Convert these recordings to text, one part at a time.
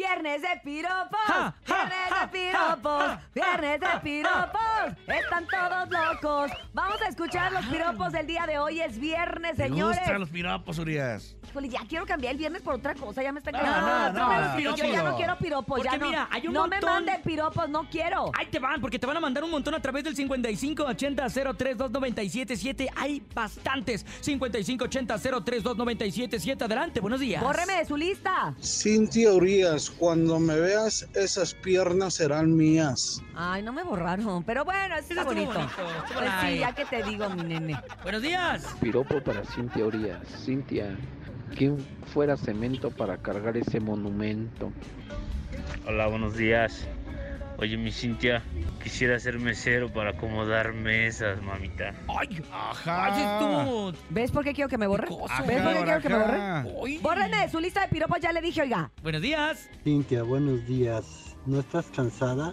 Viernes de piropos, Ja, ja, viernes ja, de piropos, ja, ja, viernes de ja, ja, piropos, están todos locos. Vamos a escuchar los piropos del día de hoy, es viernes, Me señores. gustan los piropos, Urias. Híjole, ya quiero cambiar el viernes por otra cosa, ya me está No, quedando. no, no, me no, los piropos. no, yo ya no. no quiero piropos, ya Porque no. mira, hay un no me montón- manden piropos, no quiero. Ahí te van, porque te van a mandar un montón a través del 5580-032977. Hay bastantes. 5580-032977. Adelante, buenos días. Bórreme de su lista. Cintia Urias, cuando me veas, esas piernas serán mías. Ay, no me borraron, pero bueno, eso está Eso estuvo bonito. bonito, estuvo Pues sí, nice. ya que te digo, mi nene. Buenos días. Piropo para Cintia Urias. Cintia, ¿quién fuera cemento para cargar ese monumento? Hola, buenos días. Oye, mi Cintia, quisiera ser mesero para acomodar mesas, mamita. Ay, Ajá. ay, Ah. estuvo. ¿Ves por qué quiero que me borren? Picoso. ¿Ves por qué quiero que me borren? Ajá. Ay. Bórrenme de su lista de piropos, ya le dije, oiga. Buenos días. Cintia, buenos días. ¿No estás cansada?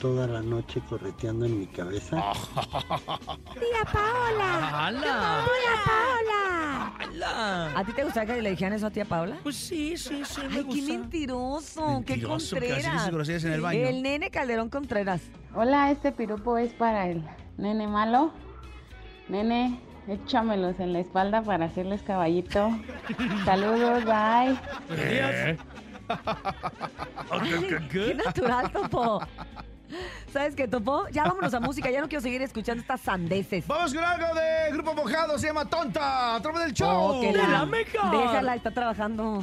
Toda la noche correteando en mi cabeza. Tía Paola, ¡Hala! tía Paola. ¡Hala! ¿A ti te gustaría que le dijeran eso a tía Paola? Pues sí, sí, sí. me Ay, qué gusta. mentiroso, qué Mentiroso, que hace Contreras. esas groserías en el baño. El nene Calderón Contreras. Hola, este piropo es para el nene malo. Nene, échamelos en la espalda para hacerles caballito. Saludos, bye. Buenos ¿Eh? días. Ay, qué natural, Topo. ¿Sabes qué, Topo? Ya vámonos a música, ya no quiero seguir escuchando estas sandeces. Vamos con algo de Grupo Mojado, se llama Tonta, a través del show. Oh, que la mejor. Déjala, está trabajando.